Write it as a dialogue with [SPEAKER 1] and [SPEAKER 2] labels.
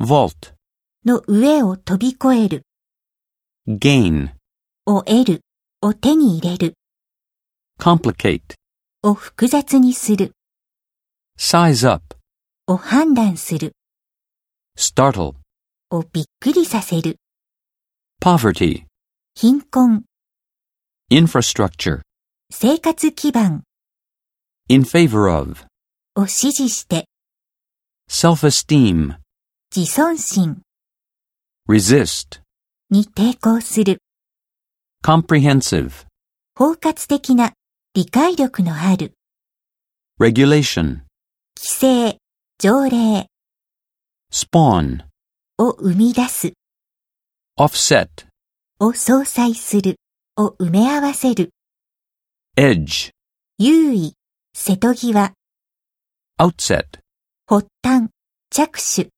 [SPEAKER 1] vault,
[SPEAKER 2] の上を飛び越える、
[SPEAKER 1] gain,
[SPEAKER 2] を得る、を手に入れる、
[SPEAKER 1] complicate,
[SPEAKER 2] を複雑にする、
[SPEAKER 1] size up,
[SPEAKER 2] を判断する、
[SPEAKER 1] startle,
[SPEAKER 2] をびっくりさせる、
[SPEAKER 1] poverty,
[SPEAKER 2] 貧困、
[SPEAKER 1] infrastructure,
[SPEAKER 2] 生活基盤
[SPEAKER 1] in favor of,
[SPEAKER 2] を支持して、
[SPEAKER 1] self-esteem,
[SPEAKER 2] 自尊心
[SPEAKER 1] resist,
[SPEAKER 2] に抵抗する、
[SPEAKER 1] comprehensive,
[SPEAKER 2] 包括的な理解力のある、
[SPEAKER 1] regulation,
[SPEAKER 2] 規制、条例
[SPEAKER 1] spawn,
[SPEAKER 2] を生み出す、
[SPEAKER 1] offset,
[SPEAKER 2] を相殺する、を埋め合わせる、
[SPEAKER 1] edge,
[SPEAKER 2] 優位、瀬戸際、
[SPEAKER 1] outset.
[SPEAKER 2] 発端、着手。